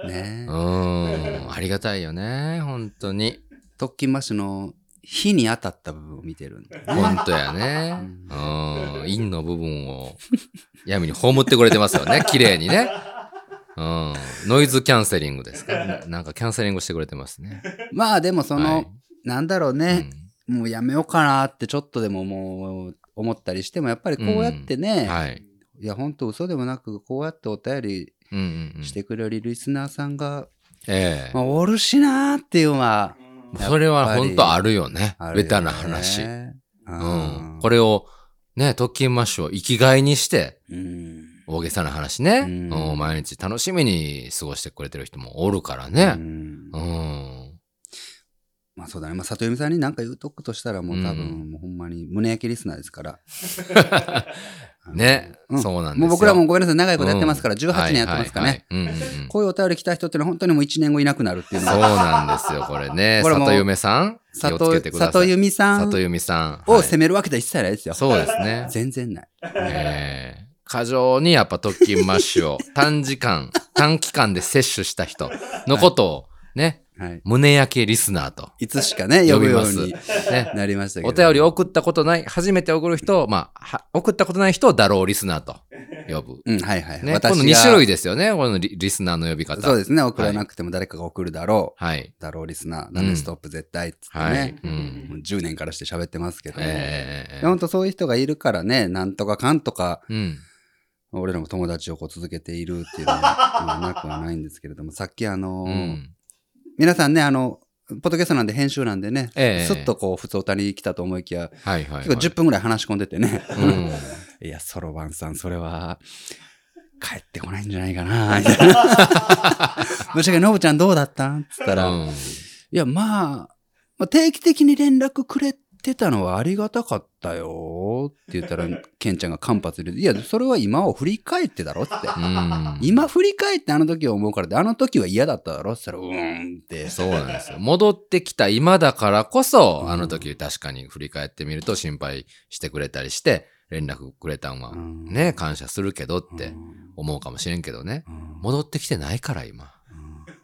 うねえん。ありがたいよね。本当に。特勤マッシュの火に当たった部分を見てるん で本当やね。うん。陰の部分を闇に葬ってくれてます よね。綺麗にね。うん。ノイズキャンセリングですか。ななんかキャンセリングしてくれてますね。まあでもその、はいなんだろううね、んもうやめようかなってちょっとでももう思ったりしてもやっぱりこうやってね、はい。い、やほんと嘘でもなくこうやってお便りうんうんうん。してくれるリスナーさんが、ええまあ、おるしなーっていうのはうんそれは本当あるよね。あるよねベタな話。ううんん。これを、ね、特勤マッシュを生きがいにして、うん大げさな話ね。ううんん、毎日楽しみに過ごしてくれてる人もおるからうね。んうん。まあそうだね。まあ、里弓さんに何か言うとくとしたら、もう多分、うもうほんまに胸焼けリスナーです から。ね、うんそうなんですよ。もう僕らもごめんなさい、長いことやってますから、18年やってますからね。はいはいはい。うんうんうんこういうお便り来た人っていうのは本当にもう1年後いなくなるっていうのそうは、なんですよ、これね。これも里夢さん、気をつけてくださ里い。弓さん里夢さん。をはい責めるわけでは一切ないですよ。そうですね。全然ない。ええ過剰にやっぱ特勤マッシュを短時間、短期間で摂取した人のことをね、はい。胸焼けリスナーといつしかね、呼呼ぶびよまうす。にね、なりましたけど。お便りを送ったことない、初めて送る人を、まあ、は送ったことない人をだろうリスナーと呼ぶ。うん、はいはい。ね、私こがの2種類ですよね、このリリスナーの呼び方。そうですね。送らなくても誰かが送るだろはい。う。だろうリスナー、ダメストップ絶対っつってはい。ね。う。もうん10年からして喋ってますけどね。ええ本当そういう人がいるからね、なんとかかんとか、うん。俺らも友達をこう続けているっていうのは、まあなくはないんですけれ ども、さっきあのうーん。皆さんね、あの、ポッドキャストなんで編集なんでね、えすえっとこう、普通おたに来たと思いきや、はいはい、はい。結構10分ぐらい話し込んでてね、うん。 いや、そろばんさん、それは、帰ってこないんじゃないか な、みたいな。ぶっちゃけ、のぶちゃんどうだったんつったら、うんいや、まあ、まあ、定期的に連絡くれてたのはありがたかったよって言ったら、ケンちゃんが間髪入れて、いや、それは今を振り返ってだろって。うん。今振り返ってあの時を思うからで、あの時は嫌だっただろって言ったら、うーんって。そうなんですよ。戻ってきた今だからこそ、うんあの時確かに振り返ってみると心配してくれたりして、連絡くれたんはうんね、感謝するけどってうん思うかもしれんけどね。うん戻ってきてないから今。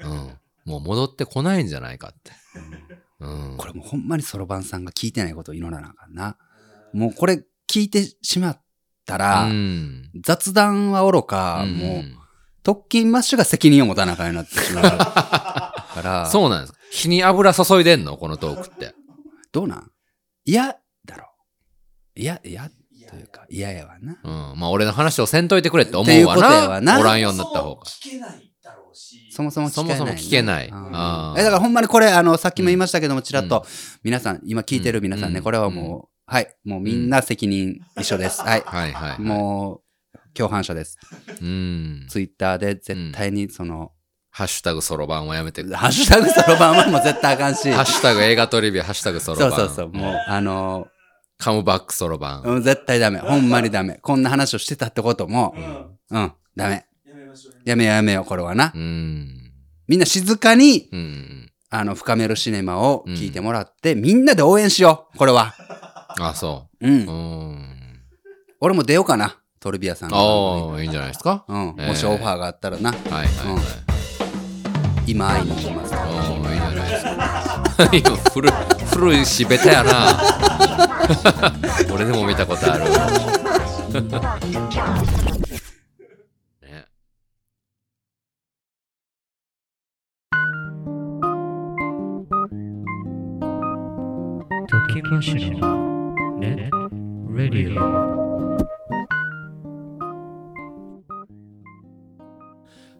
うんうん。もう戻ってこないんじゃないかって。うん。これもうほんまにそろばんさんが聞いてないことを祈らなあかんな。もうこれ聞いてしまったら、うん。雑談はおろか、んもう、特勤マッシュが責任を持たなあかんようになって しまうから、そうなんです。火に油注いでんのこのトークって。どうなん嫌だろ。嫌、嫌いやというか、嫌やわな。うん。まあ俺の話をせんといてくれって思うわっていうことやわな。なおらんようになった方が。そう聞けないだろうし。そもそも聞けない、そもそも聞けないうんあーえだからほんまにこれ、あの、さっきも言いましたけども、ちらっと、うん皆さん、今聞いてる皆さんね、うんこれはもう、はい、もうみんな責任一緒です。はい。はいはいはい。もう、共犯者です。うん。ツイッターで絶対にその、ハッシュタグそろばんはやめてくハッシュタグそろばんはもう絶対あかんし。 ハッシュタグ映画トリビア、ハッシュタグそろそば。うんそうそう。もう、あのカムバックそろばん。うん絶対ダメ。ほんまにダメ。こんな話をしてたってこともう、ん。うん、ダメ。やめましょう。やめようやめよう、これはなう。ん。みんな静かに、うん。あの、深めるシネマを聞いてもらって、みんなで応援しよう、これは。。あ、そうう。うんん。俺も出ようかな、トルビアさんの番組ああ、いいんじゃないですか。はうん。えーもしオファーがあったらな、いはいはい。今会いに行きます。ああ、いいじゃないですか。 今古い古いしベタやな 俺でも見たこ とある、ね、時マシのネットレディオ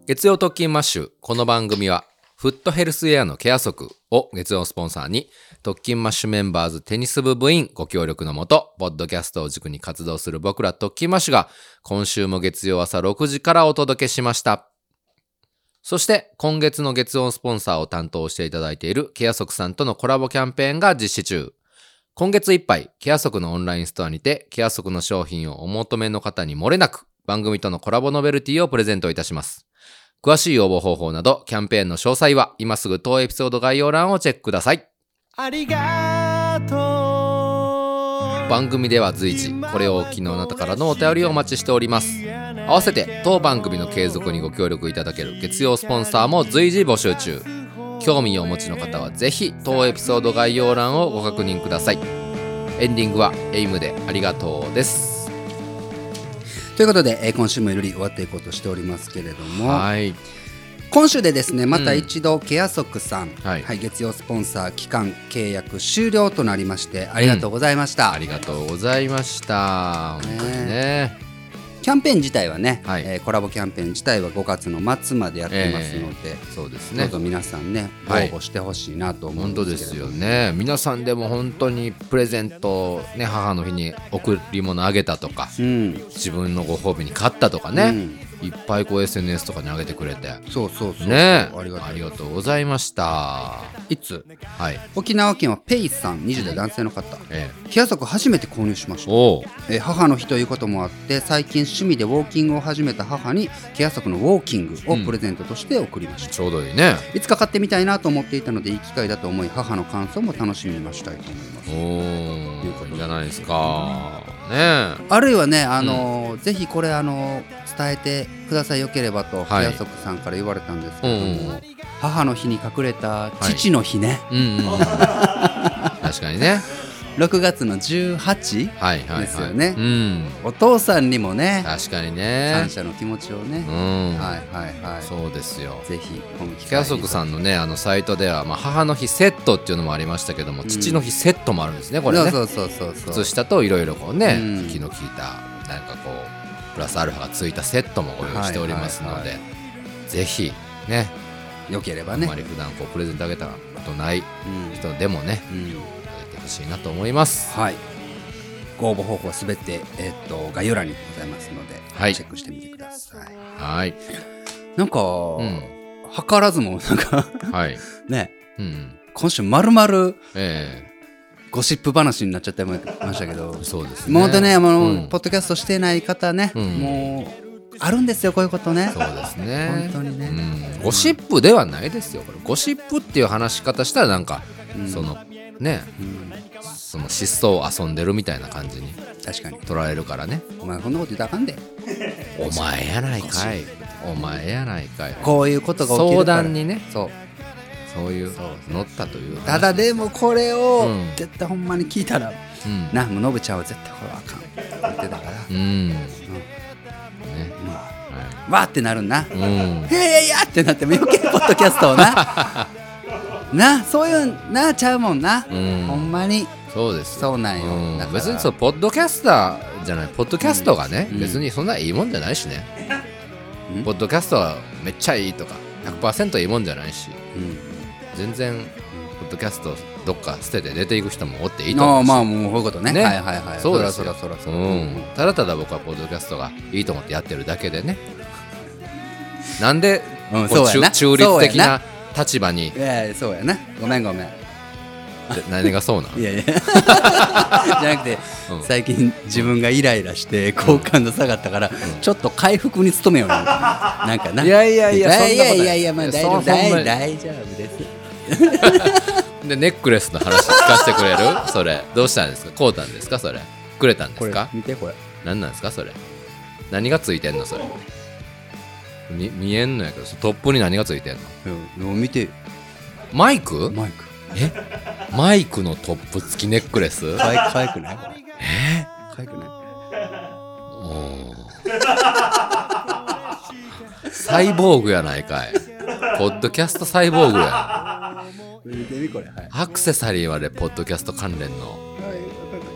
月曜特勤マッシュこの番組はフットヘルスエアのケア足を月曜スポンサーに特勤マッシュメンバーズテニス部部員ご協力のもとポッドキャストを軸に活動する僕ら特勤マッシュが今週も月曜朝6時からお届けしましたそして今月の月曜スポンサーを担当していただいているケア足さんとのコラボキャンペーンが実施中今月いっぱい、ケア足のオンラインストアにて、ケア足の商品をお求めの方に漏れなく、番組とのコラボノベルティをプレゼントいたします。詳しい応募方法など、キャンペーンの詳細は、今すぐ当エピソード概要欄をチェックください。ありがとう番組では随時、これをお聞きのあなたからのお便りをお待ちしております。合わせて、当番組の継続にご協力いただける月曜スポンサーも随時募集中。興味をお持ちの方は、ぜひ、当エピソード概要欄をご確認ください。エンディングは、エイムでありがとうです。ということで、えー今週もいろいろ終わっていこうとしておりますけれども、はい。今週でですねまた一度ケアソックさん、ははいい月曜スポンサー期間契約終了となりましてありがとうございました、ありがとうございました。本当にね。キャンペーン自体はね、はいえーコラボキャンペーン自体は5月の末までやってますので、そうですどうねぞ。皆さんね応はい募してほしいなと思う本ん当でですすけれどよも、ね。皆さんでも本当にプレゼントをね、母の日に贈り物あげたとか、うん自分のご褒美に買ったとかね、いっぱいこう SNS とかにあげてくれて。うんそうそうそうねありがあたいりがとうございました。いつはい。沖縄県はペイさん20代男性の方えケアソック初めて購入しましえ、たおうえー母の日ということもあって最近趣味でウォーキングを始めた母にケアソックのウォーキングをプレゼントとして贈りました、ちょうどいいね。いつか買ってみたいなと思っていたのでいい機会だと思い母の感想も楽しみにしたいと思いますおお、いいじゃないですか。ねあるいはね、あのーぜひこれ、あのー伝えてくださいよければと、はい早速さんから言われたんですけれども、うん母の日に隠れた父の日ね、え。うん、う んうん。確かにね。 6月の 18? はいはいはい。ですよねうん。お父さんにもね、確かにね感。謝の気持ちをうね、ん、はいはいはそうですよい、。ぜひこの機キ会ャにソクさんのねあのサイトでは、まあ、母の日セットっていうのもありましたけども、うん父の日セットもあるんですねこれねそうそうそうそうそう靴下といろいろこうね、うん気の利いたなんかこうプラスアルファがついたセットもご用意しておりますので、はいはいぜひねよければあねんま、り普段こうプレゼントあげたことないうん人でもねうんあげてほしいなと思いますはいご応募方法はすべて、えっと概要欄にございますので、はいチェックしてみてくださいはい、なんか、うん、図らずもなんか はい、ねうん、今週まるまるえゴシップ話になっちゃってましたけどえそうですねもうでね、あのうんポッドキャストしてない方ね、うんもうあるんですよこういうことねそうです本ね。当にねうんゴシップではないですよ。これゴシップっていう話し方したらなんか、うんそのね、うんその失踪を遊んでるみたいな感じに確かに取られるからね。お前こんなこと言ったらあかんでお前やないかい。お前やないかい。こういうことが起きる相から談にね、そうそういう乗ったという話。ただでもこれをうん絶対ほんまに聞いたら、うん、なもうノブちゃんは絶対これはあかんって言ってたから、うん、ね、まはあ、わーってなるな、い、うん、いやいやいやってなっても余計ポッドキャストをな なそういうんなちゃうもんな、うんほんまにそうですよ。そうなんようんだから別にそうポッドキャスターじゃない、ポッドキャストがね、うん別にそんないいもんじゃないしねうん。ポッドキャストはめっちゃいいとか、100%いいもんじゃないし、うん全然、ポッドキャストどっか捨てて出ていく人もおっていいとああ思うし。まあもうこういうことねねはいはいはいそうだですそよらそらそらそらうん、ただただ僕はポッドキャストがいいと思ってやってるだけ でね。なんで、うんこうそうやな中中立的そうやな立場にいやいやそうやなごめんごめんで何がそうなのいや いやじゃなくて、うん最近自分がイライラして好感度下がったから、ちょっと回復に努めようなんか ないいやいやいやそんなこといなやいいやいやまあ大丈そ夫うほんま大に大丈夫ですでネックレスの話聞かせてくれるそれどうしたんですかこうたんですかそれくれたんでこすれか見てこれ何なんですかそれ何がついてんのそれみ見えんのやけどそのトップに何がついてんのうんでも見てマイクマイクマイクのトップ付きネックレ スうん可愛可愛くないこれ可愛くないサイボーグやないかい。ポッドキャストサイボーグや。見てみこれはい、アクセサリーまでポッドキャスト関連はの。い、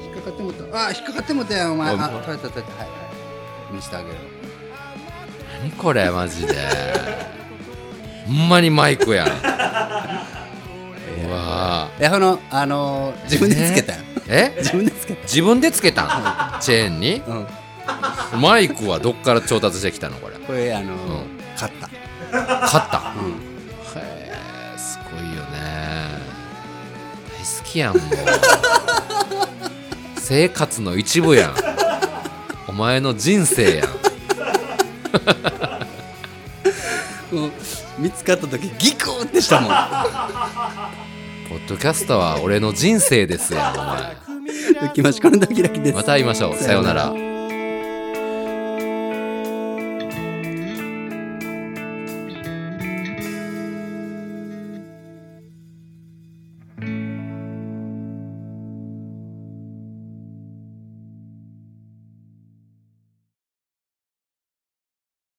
引っかかってもったあー引っかかってもったよお前あお取れた取れたはいはい見してあげる何これマジで。ほんまにマイクやん。うわえこのあのー、自分でつけたよ、ぁえ自分でつけた自分でつけたんチェーンにうんマイクはどっから調達してきたのこれ。これあのーうん買った買ったうんへえすごいよね大好きやんもう生活の一部やんお前の人生やんもう見つかった時ギクーってしたもんポッドキャストは俺の人生ですやんお前ドッキンマッシュこのドキドキですまた会いましょうさようなら